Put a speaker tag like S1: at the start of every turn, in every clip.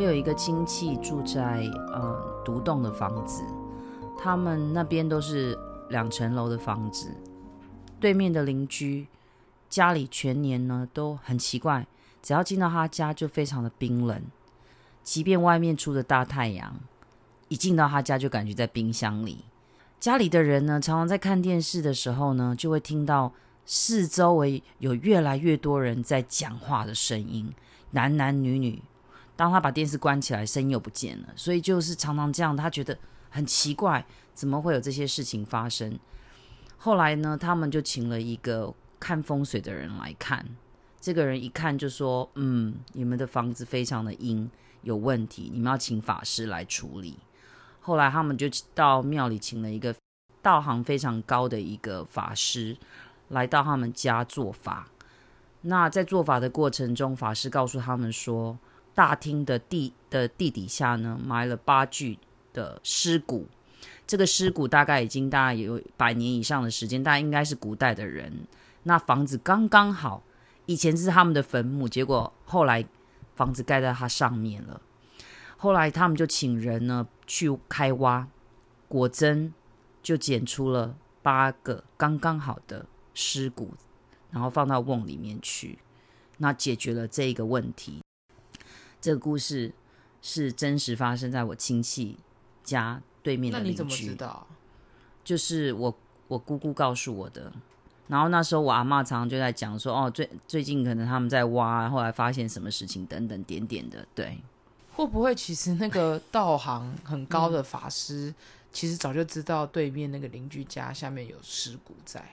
S1: 有一个亲戚住在嗯独栋的房子，他们那边都是两层楼的房子，对面的邻居家里全年呢都很奇怪，只要进到他家就非常的冰冷，即便外面出着大太阳，一进到他家就感觉在冰箱里。家里的人呢，常常在看电视的时候呢，就会听到四周围有越来越多人在讲话的声音，男男女女。当他把电视关起来，声音又不见了，所以就是常常这样，他觉得很奇怪，怎么会有这些事情发生？后来呢，他们就请了一个看风水的人来看，这个人一看就说：“嗯，你们的房子非常的阴，有问题，你们要请法师来处理。”后来他们就到庙里请了一个道行非常高的一个法师来到他们家做法。那在做法的过程中，法师告诉他们说，大厅的地的地底下呢埋了八具的尸骨。这个尸骨大概已经大概有百年以上的时间，大概应该是古代的人。那房子刚刚好，以前是他们的坟墓，结果后来房子盖在它上面了。后来他们就请人呢去开挖，果真就捡出了八个刚刚好的尸骨，然后放到瓮里面去，那解决了这一个问题。这个故事是真实发生在我亲戚家对面的
S2: 那
S1: 邻居。
S2: 你怎么知道？
S1: 就是我我姑姑告诉我的。然后那时候我阿嬷常常就在讲说，哦，最最近可能他们在挖，后来发现什么事情等等点点的，对，
S2: 会不会其实那个道行很高的法
S1: 嗯
S2: 师，其实早就知道对面那个邻居家下面有尸骨在？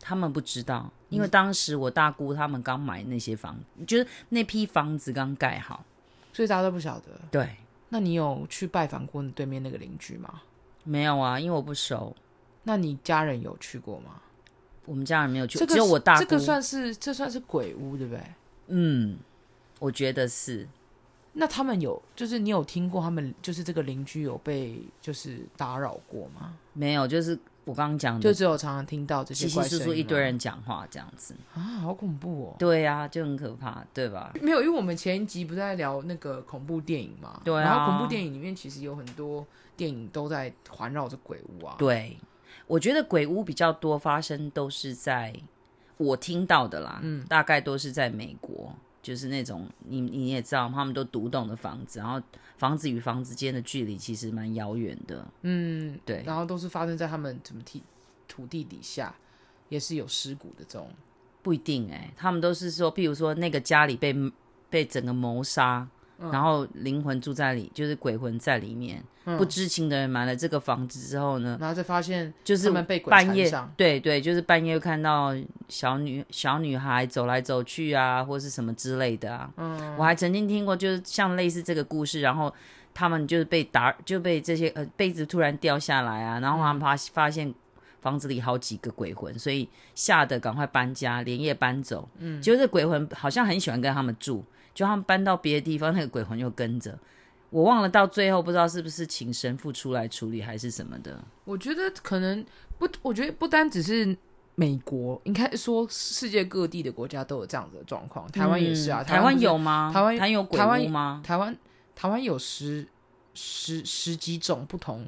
S1: 他们不知道，因为当时我大姑他们刚买那些房，就是那批房子刚盖好，
S2: 所以大家都不晓得。
S1: 对，
S2: 那你有去拜访过你对面那个邻居吗？
S1: 没有啊，因为我不熟，
S2: 那你家人有去过吗？
S1: 我们家人没有去，
S2: 这个
S1: 只有我大姑，
S2: 这个算是这算是鬼屋对不对？
S1: 嗯，我觉得是，
S2: 那他们有就是你有听过他们就是这个邻居有被就是打扰过吗？
S1: 没有，就是我刚刚讲
S2: 就
S1: 的，
S2: 只有常常听到这些
S1: 稀稀
S2: 怪
S1: 疏
S2: 声
S1: 疏
S2: 音
S1: 一堆
S2: 吗
S1: 人讲话这样子，
S2: 啊，好恐怖哦！
S1: 对啊，就很可怕，对吧？
S2: 没有，因为我们前一集不是在聊那个恐怖电影嘛，
S1: 对啊
S2: 然后恐怖电影里面其实有很多电影都在环绕着鬼屋啊，，
S1: 对，我觉得鬼屋比较多发生都是在我听到的啦，嗯，大概都是在美国，就是那种你你也知道，他们都独栋的房子，然后房子与房子间的距离其实蛮遥远的，
S2: 嗯，
S1: 对
S2: 然后都是发生在他们什么地土地底下，也是有尸骨的这种，
S1: 不一定哎、他们都是说，譬如说那个家里被被整个谋杀。然后灵魂住在里，就是鬼魂在里面。不知情的人买了这个房子之后呢，
S2: 然后再发现
S1: 就是
S2: 他们被鬼
S1: 半
S2: 缠
S1: 夜
S2: 上，，
S1: 对对，就是半夜看到小女小女孩走来走去啊，或是什么之类的啊。嗯，我还曾经听过，就是像类似这个故事，然后他们就是被打，就被这些呃被子突然掉下来啊，然后
S2: 嗯
S1: 他们发发现房子里好几个鬼魂，所以吓得赶快搬家，连夜搬走。嗯，结果这鬼魂好像很喜欢跟他们住，就他们搬到别的地方，那个鬼魂又跟着。我忘了到最后不知道是不是请神父出来处理还是什么的。
S2: 我觉得可能不，我觉得不单只是美国，应该说世界各地的国家都有这样子的状况，台湾也是啊，
S1: 嗯台
S2: 湾
S1: 湾
S2: 不是
S1: 有吗？
S2: 台湾
S1: 台湾有鬼
S2: 台湾
S1: 屋吗？
S2: 台湾台湾有十十十几种不同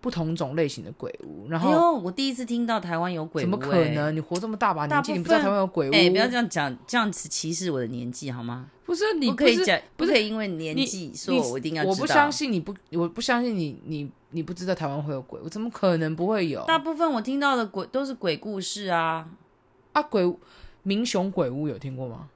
S2: 不同种类型的鬼屋，然
S1: 哎
S2: 后
S1: 呦，我第一次听到台湾有鬼屋、
S2: 怎么可
S1: 哎？
S2: 能？你活这么大把
S1: 大
S2: 年
S1: 部分
S2: 纪，你不知道台湾有鬼屋？
S1: 哎、不要这样讲，这样子歧视我的年纪好吗？
S2: 不是你
S1: 不可以
S2: 是
S1: 讲，
S2: 不
S1: 不
S2: 是
S1: 可以因为年纪说
S2: 你
S1: 我一定要知道。
S2: 我不相信你不，我不相信你，你你不知道台湾会有鬼屋，怎么可能不会有？
S1: 大部分我听到的鬼都是鬼故事啊。
S2: 啊，鬼屋，民雄鬼屋有听过吗？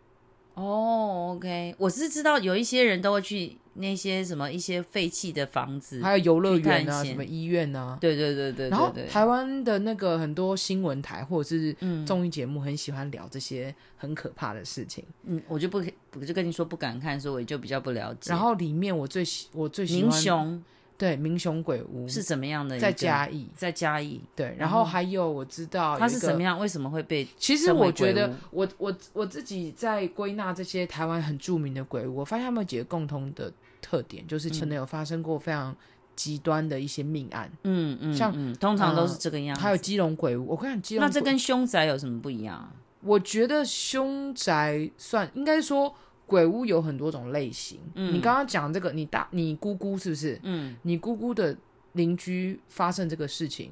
S1: 哦、o k 我是知道有一些人都会去那些什么一些废弃的房子，
S2: 还有游乐
S1: 去
S2: 园
S1: 探
S2: 啊，
S1: 险
S2: 什么医院啊。
S1: 对对对对对
S2: 然后
S1: 对，嗯
S2: 台湾的那个很多新闻台或者是综艺节目很喜欢聊这些很可怕的事情。
S1: 嗯，我就不可以，我就跟你说不敢看，所以我就比较不了解。
S2: 然后里面我最喜我最喜
S1: 民
S2: 欢
S1: 雄
S2: 对民雄鬼屋
S1: 是怎么样的一个？
S2: 在嘉义，
S1: 在嘉义，
S2: 对，然后还有我知道
S1: 它
S2: 哦有一
S1: 是
S2: 个
S1: 怎么？样？为什么会被
S2: 其实
S1: 称为
S2: 我觉
S1: 鬼
S2: 得
S1: 屋
S2: 我我我自己在归纳这些台湾很著名的鬼屋，我发现他们有几个共同的特点，
S1: 嗯
S2: 就是可能有发生过非常极端的一些命案，
S1: 嗯嗯，
S2: 像呃
S1: 嗯，通常都是这个样子。
S2: 还有基隆鬼屋。我看基隆
S1: 那
S2: 鬼，
S1: 这跟凶宅有什么不一样啊？
S2: 我觉得凶宅算应该说鬼屋有很多种类型。
S1: 嗯
S2: 你刚刚讲这个，你大你姑姑是不是？
S1: 嗯，
S2: 你姑姑的邻居发生这个事情，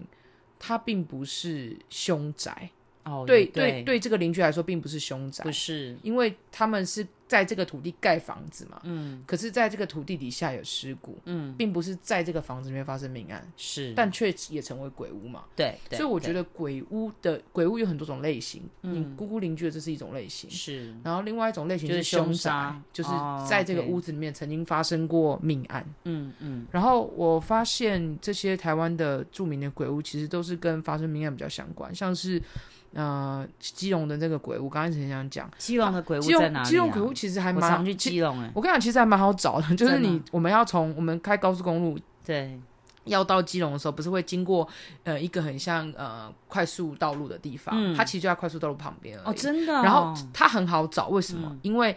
S2: 他并不是凶宅，
S1: 哦，
S2: 对
S1: 也对
S2: 对，对，这个邻居来说并不是凶宅
S1: 不，是，
S2: 因为他们是在这个土地盖房子嘛。嗯，可是在这个土地底下有尸骨，
S1: 嗯，
S2: 并不是在这个房子里面发生命案，
S1: 是，
S2: 但却也成为鬼屋嘛。
S1: 对，对
S2: 所以我觉
S1: 对嗯
S2: 得鬼屋的鬼屋有很多种类型，你姑姑邻居的这是一种类型，
S1: 是，
S2: 然后另外一种类型
S1: 就是
S2: 凶
S1: 凶杀
S2: 就是
S1: 哦
S2: 在这个
S1: OK
S2: 屋子里面曾经发生过命案。
S1: 嗯嗯，
S2: 然后我发现这些台湾的著名的鬼屋，其实都是跟发生命案比较相关，像是呃基隆的那个鬼屋，刚才很想讲，
S1: 基隆的鬼屋
S2: 基
S1: 在哪里、
S2: 隆
S1: 啊？
S2: 基隆鬼屋其实还
S1: 我常
S2: 蛮
S1: 去
S2: 其
S1: 基隆哎、
S2: 我跟你讲，其实还蛮好找的，就是
S1: 真的啊
S2: 你我们要从我们开高速公路
S1: 对，
S2: 要到基隆的时候，不是会经过呃一个很像呃快速道路的地方，
S1: 嗯
S2: 它其实就在快速道路旁边而已
S1: 哦，真的哦、
S2: 呃然后它很好找，为什么？因为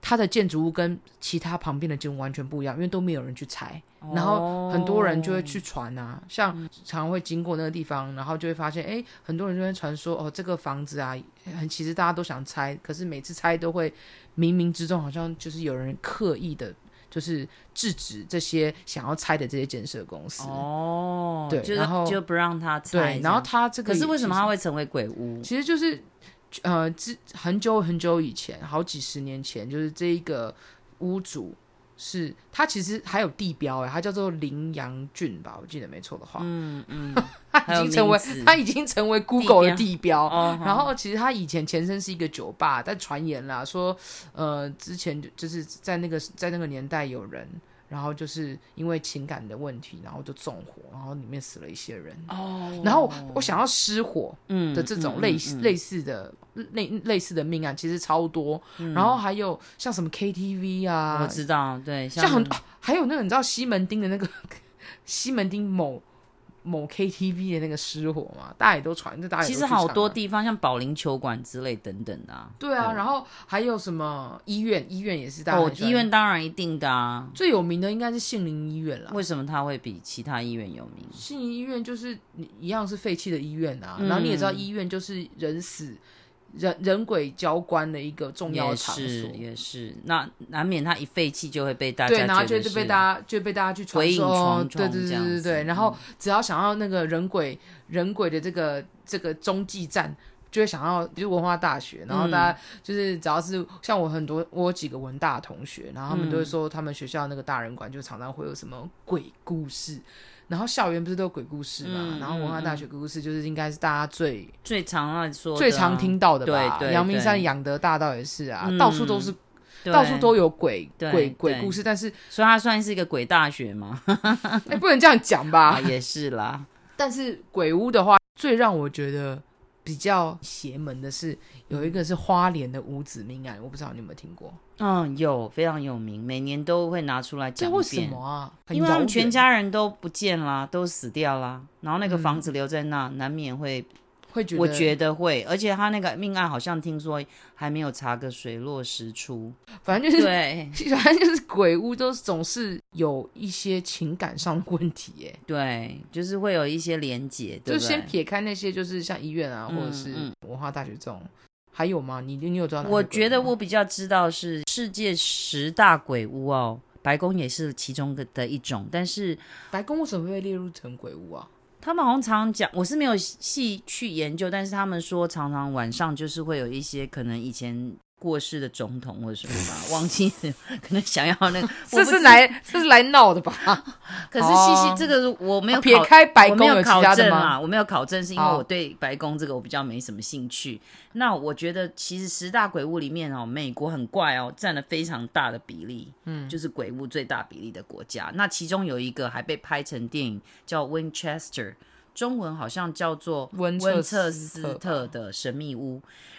S2: 它的建筑物跟其他旁边的建筑物完全不一样，因为都没有人去拆，
S1: 哦
S2: 然后很多人就会去传啊，
S1: 嗯
S2: 像常常会经过那个地方，然后就会发现，哎，很多人就会传说，哦，这个房子啊，很其实大家都想拆，可是每次拆都会冥冥之中好像就是有人刻意的，就是制止这些想要拆的这些建设公司。
S1: 哦，
S2: 对
S1: 就是
S2: 然后
S1: 就不让他猜这
S2: 对
S1: 样，，
S2: 然后他这个
S1: 可是为什么
S2: 也
S1: 他会成为鬼屋？
S2: 其实就是呃，之很久很久以前，好几十年前，就是这一个屋主是他其实还有地标哎，他叫做林阳郡吧，我记得没错的话，
S1: 嗯嗯，还
S2: 他
S1: 有
S2: 已经成为
S1: 名字
S2: 他已经成为 Google 的地标。
S1: 哦，
S2: 然后其实他以前前身是一个酒吧，但传言啦说，呃，之前就就是在那个在那个年代有人，然后就是因为情感的问题，然后就纵火，然后里面死了一些人。
S1: 哦，
S2: 然后我我想要失火，
S1: 嗯
S2: 的这种类似、类似的类类似的命案，其实超多。然后还有像什么 KTV
S1: 嗯我
S2: 啊，
S1: 知道，对，
S2: 像很、啊还有那个你知道西门町的那个 西门町某某 KTV 的那个失火嘛，大家也都传，这大家也
S1: 其
S2: 都
S1: 实
S2: 去
S1: 好
S2: 唱
S1: 多
S2: 啊。
S1: 地方，像保龄球馆之类等等的啊。
S2: 对啊，然后还有什么医院？医院也是大家
S1: 哦
S2: 很，喜欢
S1: 医院当然一定的啊。
S2: 最有名的应该是杏林医院啦。
S1: 为什么他会比其他医院有名？
S2: 杏林医院就是你一样是废弃的医院啊，
S1: 嗯
S2: 然后你也知道医院就是人死人人鬼交关的一个重要
S1: 也
S2: 场所，
S1: 是也是，那难免他一废弃就会被大家
S2: 对，然后
S1: 觉
S2: 就
S1: 得
S2: 就是被大家就被大家去传
S1: 鬼影
S2: 说，哦
S1: 重
S2: 对
S1: 重
S2: 对
S1: 这
S2: 对
S1: 样
S2: 对
S1: 子嗯
S2: 对。然后只要想要那个人鬼人鬼的这个这个中继站，就会想要就是文化大学，然后
S1: 嗯
S2: 大家就是只要是像我很多我有几个文大同学，然后他
S1: 嗯
S2: 们都会说他们学校那个大人馆就常常会有什么鬼故事。然后校园不是都有鬼故事嘛？
S1: 嗯
S2: 然后文化大学鬼故事就是应该是大家最、
S1: 最常来说的啊
S2: 最常，听到的吧？
S1: 对对
S2: 阳明山
S1: 对
S2: 养德大道也是啊，
S1: 嗯
S2: 到处都是
S1: 对
S2: 到处都，有鬼
S1: 对
S2: 鬼鬼
S1: 对
S2: 故事，但是
S1: 所以他算是一个鬼大学 嘛？
S2: 哎、不能这样讲吧
S1: 啊，？也是啦，
S2: 但是鬼屋的话，最让我觉得比较邪门的是，有一个是花莲的五子命案，我不知道你有没有听过？
S1: 嗯，有非常有名，每年都会拿出来
S2: 这
S1: 讲一
S2: 为什
S1: 遍
S2: 么。啊？很
S1: 因为他
S2: 遥
S1: 们
S2: 远
S1: 全家人都不见啦，都死掉啦，然后那个
S2: 嗯
S1: 房子留在那，难免会
S2: 会觉得，
S1: 我觉得会，而且他那个命案好像听说还没有查个水落石 出。
S2: 反正就是。
S1: 对
S2: 反正就是鬼屋都总是有一些情感上的问题，耶，
S1: 对，就是会有一些连结， 对不对
S2: 就先撇开那些，就是像医院啊，
S1: 嗯
S2: 或者是
S1: 嗯
S2: 文化大学这种，还有吗？你你有知道哪些鬼屋吗？
S1: 我觉得我比较知道是世界十大鬼屋哦，白宫也是其中的一种，但是
S2: 白宫为什么会被列入成鬼屋啊？
S1: 他们好像常常讲，我是没有细去研究，但是他们说常常晚上就是会有一些可能以前。过世的总统或者什么吧，忘记 可能想要那个，我
S2: 这
S1: 不
S2: 是
S1: 知
S2: 来这是来闹的吧？
S1: 可是细细、
S2: 哦
S1: 这个我没有
S2: 撇
S1: 考
S2: 开白宫
S1: 我没有
S2: 其
S1: 考
S2: 他的
S1: 证啊
S2: 吗？
S1: 啦，我没有考证，是因为
S2: 好
S1: 我对白宫这个我比较没什么兴趣。那我觉得其实十大鬼屋里面哦，美国很怪哦，占了非常大的比例，嗯，就是鬼屋最大比例的国家。那其中有一个还被拍成电影叫《Winchester》，中文好像叫做《
S2: 温
S1: 温
S2: 彻
S1: 彻
S2: 斯
S1: 斯
S2: 特
S1: 特的神秘屋》。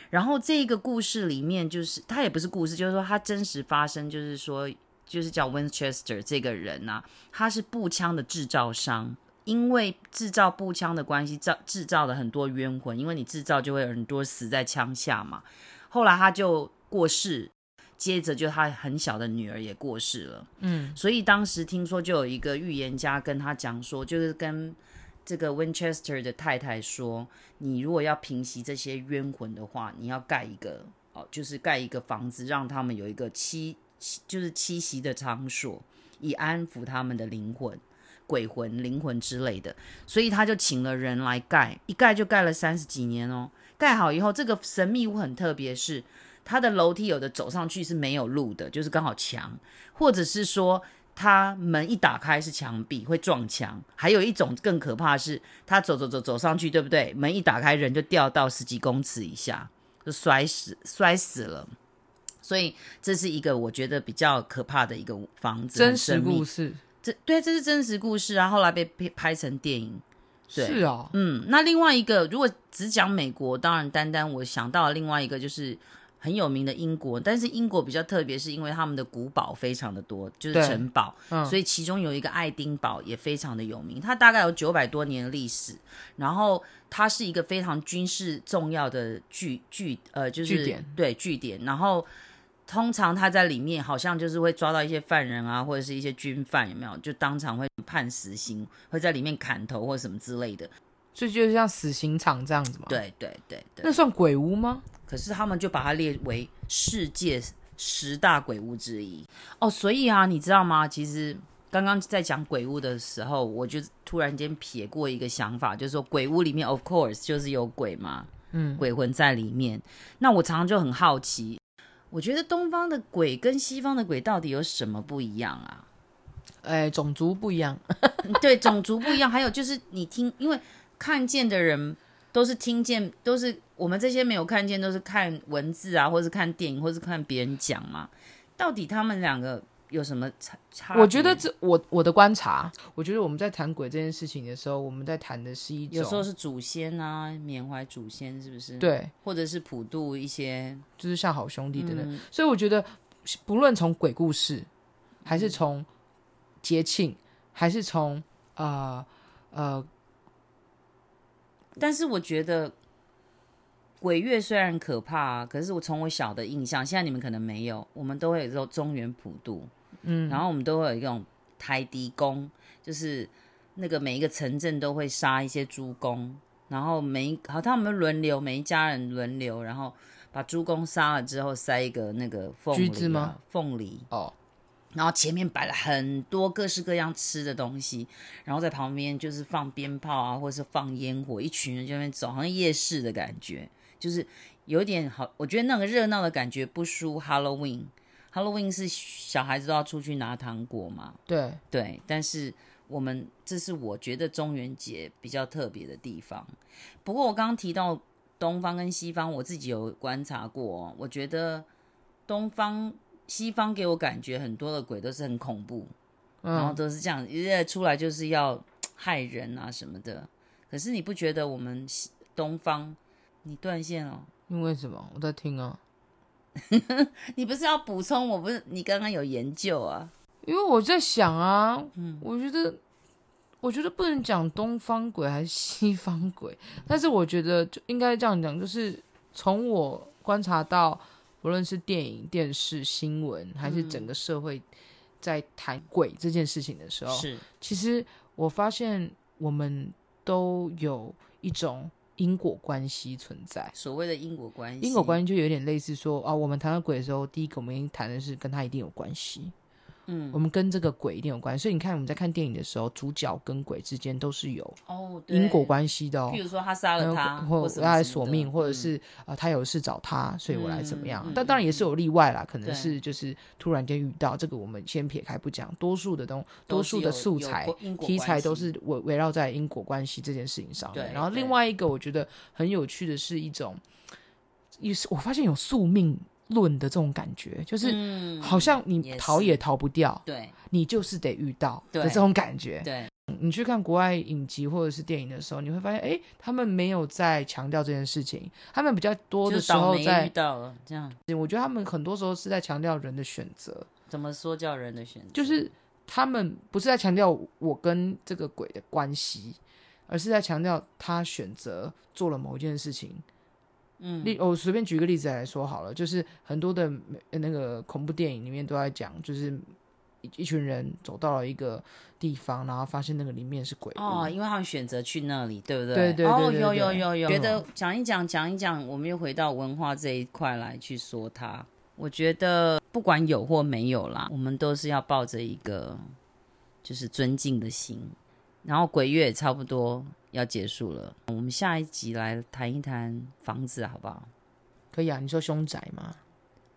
S1: 然后这个故事里面，就是它也不是故事，就是说它真实发生，就是说就是叫 Winchester 这个人呐、他是步枪的制造商，因为制造步枪的关系，造制造了很多冤魂，因为你制造就会有很多死在枪下嘛。后来他就过世，接着就他很小的女儿也过世了。
S2: 嗯，
S1: 所以当时听说就有一个预言家跟他讲说，就是跟这个 Winchester 的太太说，你如果要平息这些冤魂的话，你要盖一个哦，就是盖一个房子，让他们有一个栖就是栖息的场所，以安抚他们的灵魂、鬼魂、灵魂之类的。所以他就请了人来盖，一盖就盖了三十几年哦。盖好以后，这个神秘屋很特别是，它的楼梯有的走上去是没有路的，就是刚好墙，或者是说它门一打开是墙壁会撞墙。还有一种更可怕的是，他走走走走上去，对不对？门一打开，人就掉到十几公尺以下，就摔死摔死了。所以这是一个我觉得比较可怕的一个房子，
S2: 真
S1: 很
S2: 实
S1: 神秘
S2: 故事
S1: 这对，这是真实故事啊，后来被拍拍成电影。对
S2: 是哦，
S1: 嗯，那另外一个，如果只讲美国，当然单单我想到的另外一个就是很有名的英国，但是英国比较特别，是因为他们的古堡非常的多，就是
S2: 对
S1: 城堡，
S2: 嗯
S1: 所以其中有一个爱丁堡也非常的有名，它大概有九百多年的历史，然后它是一个非常军事重要的据据呃就是
S2: 据点
S1: 对据点，然后。通常他在里面好像就是会抓到一些犯人啊，或者是一些军犯，有没有？就当场会判死刑，会在里面砍头或什么之类的。
S2: 所以就像死刑场这样子嘛。，
S1: 对对对对。
S2: 那算鬼屋吗？
S1: 可是他们就把它列为世界十大鬼屋之一哦，所以啊，你知道吗？其实刚刚在讲鬼屋的时候，我就突然间撇过一个想法，就是说鬼屋里面，of course，就是有鬼嘛，
S2: 嗯，
S1: 鬼魂在里面。那我常常就很好奇，我觉得东方的鬼跟西方的鬼到底有什么不一样啊？
S2: 哎，种族不一样，
S1: 对，种族不一样，还有就是你听，因为看见的人都是听见，都是我们这些没有看见，都是看文字啊，或是看电影，或是看别人讲嘛。到底他们两个有什么差差别？
S2: 我觉得这我我的观察，我觉得我们在谈鬼这件事情的时候，我们在谈的是一种
S1: 有时候是祖先啊，缅怀祖先是不是？，
S2: 对，
S1: 或者是普渡一些
S2: 就是像好兄弟的那，
S1: 嗯
S2: 所以我觉得不论从鬼故事，还
S1: 嗯
S2: 是从节庆，还是从呃呃
S1: 但是我觉得鬼月虽然可怕、啊，可是我从我小的印象，现在你们可能没有，我们都会有这种中原普渡，嗯，然后我们都会有一种抬地公，就是那个每一个城镇都会杀一些猪公，然后每一好像我们轮流，每一家人轮流，然后把猪公杀了之后塞一个那个凤梨、
S2: 橘
S1: 啊、
S2: 子吗？
S1: 凤梨，
S2: 哦，
S1: 然后前面摆了很多各式各样吃的东西，然后在旁边就是放鞭炮啊，或是放烟火，一群人在那边走，好像夜市的感觉，就是有点好。我觉得那个热闹的感觉不输 Halloween。Halloween 是小孩子都要出去拿糖果嘛，
S2: 对，
S1: 对，但是我们这是我觉得中元节比较特别的地方。不过我刚刚提到东方跟西方，我自己有观察过哦、我觉得东方、西方给我感觉很多的鬼都是很恐怖，然后
S2: 嗯，
S1: 都是这样，一出来就是要害人啊什么的。可是你不觉得我们西东方，你断线了、
S2: 因为什么？我在听啊，
S1: 你不是要补充？我不是你刚刚有研究啊？
S2: 因为我在想啊，我觉得，我觉得不能讲东方鬼还是西方鬼，但是我觉得就应该这样讲，就是从我观察到，不论是电影、电视、新闻，还是整个社会在谈鬼这件事情的时候，
S1: 是，
S2: 其实我发现我们都有一种因果关系存在。
S1: 所谓的因果关系，
S2: 因果关系就有点类似说啊，我们谈到鬼的时候，第一个我们一定谈的是跟他一定有关系，嗯，我们跟这个鬼一定有关系。所以你看我们在看电影的时候，主角跟鬼之间都是有
S1: 哦，对
S2: 因果关系的哦
S1: 譬。如说他杀了他，
S2: 或
S1: 或
S2: 或
S1: 什
S2: 者
S1: 么
S2: 他来
S1: 什么
S2: 索
S1: 的
S2: 命，或者
S1: 嗯
S2: 是啊、呃他有事找他，所以我来怎么样？
S1: 嗯嗯
S2: 但当然也是有例外啦，可
S1: 对
S2: 能是就是突然间遇到这个，我们先撇开不讲。多数的东，
S1: 都
S2: 多
S1: 是
S2: 数
S1: 有
S2: 的素
S1: 有
S2: 材
S1: 过因果
S2: 题材
S1: 关
S2: 都
S1: 系
S2: 是围围绕在因果关系这件事情上面
S1: 对。
S2: 然后另
S1: 对
S2: 外一个我觉得很有趣的是一种，也是我发现有宿命论的这种感觉，就是
S1: 嗯
S2: 好像
S1: 也
S2: 你逃也
S1: 是
S2: 逃不掉，
S1: 对
S2: 你就是得遇到的
S1: 对
S2: 这种感觉。
S1: 对
S2: 你去看国外影集或者是电影的时候，你会发现，哎，他们没有在强调这件事情，他们比较多的
S1: 就
S2: 时
S1: 倒
S2: 候
S1: 霉遇
S2: 在，
S1: 到了，这样
S2: 我觉得他们很多时候是在强调人的选择，
S1: 怎么说叫人的选择？
S2: 就是他们不是在强调我跟这个鬼的关系，而是在强调他选择做了某一件事情。嗯，例我随便举个例子来说好了，就是很多的呃那个恐怖电影里面都在讲，就是一一群人走到了一个地方，然后发现那个里面是鬼屋。
S1: 哦，因为他们选择去那里，对不对？
S2: 对对对
S1: 哦，
S2: 对
S1: 有有
S2: 对
S1: 有有，
S2: 嗯
S1: 觉得讲一讲讲一讲，我们又回到文化这一块来去说它。我觉得不管有或没有啦，我们都是要抱着一个就是尊敬的心。然后鬼月也差不多要结束了，我们下一集来谈一谈房子好不好？
S2: 可以啊，你说凶宅吗？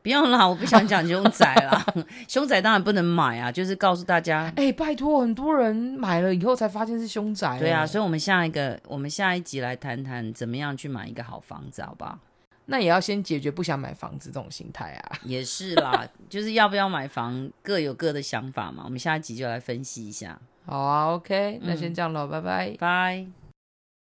S1: 不用啦，我不想讲凶宅啦， 凶宅当然不能买啊，就是告诉大家
S2: 哎、拜托，很多人买了以后才发现是凶宅。
S1: 对啊，
S2: 哎
S1: 所以我们下一个，我们下一集来谈谈怎么样去买一个好房子，好不好？
S2: 那也要先解决不想买房子这种心态啊。
S1: 也是啦，就是要不要买房，各有各的想法嘛。我们下一集就来分析一下，
S2: 嗯好啊，OK，那先这样了，拜拜。
S1: 拜。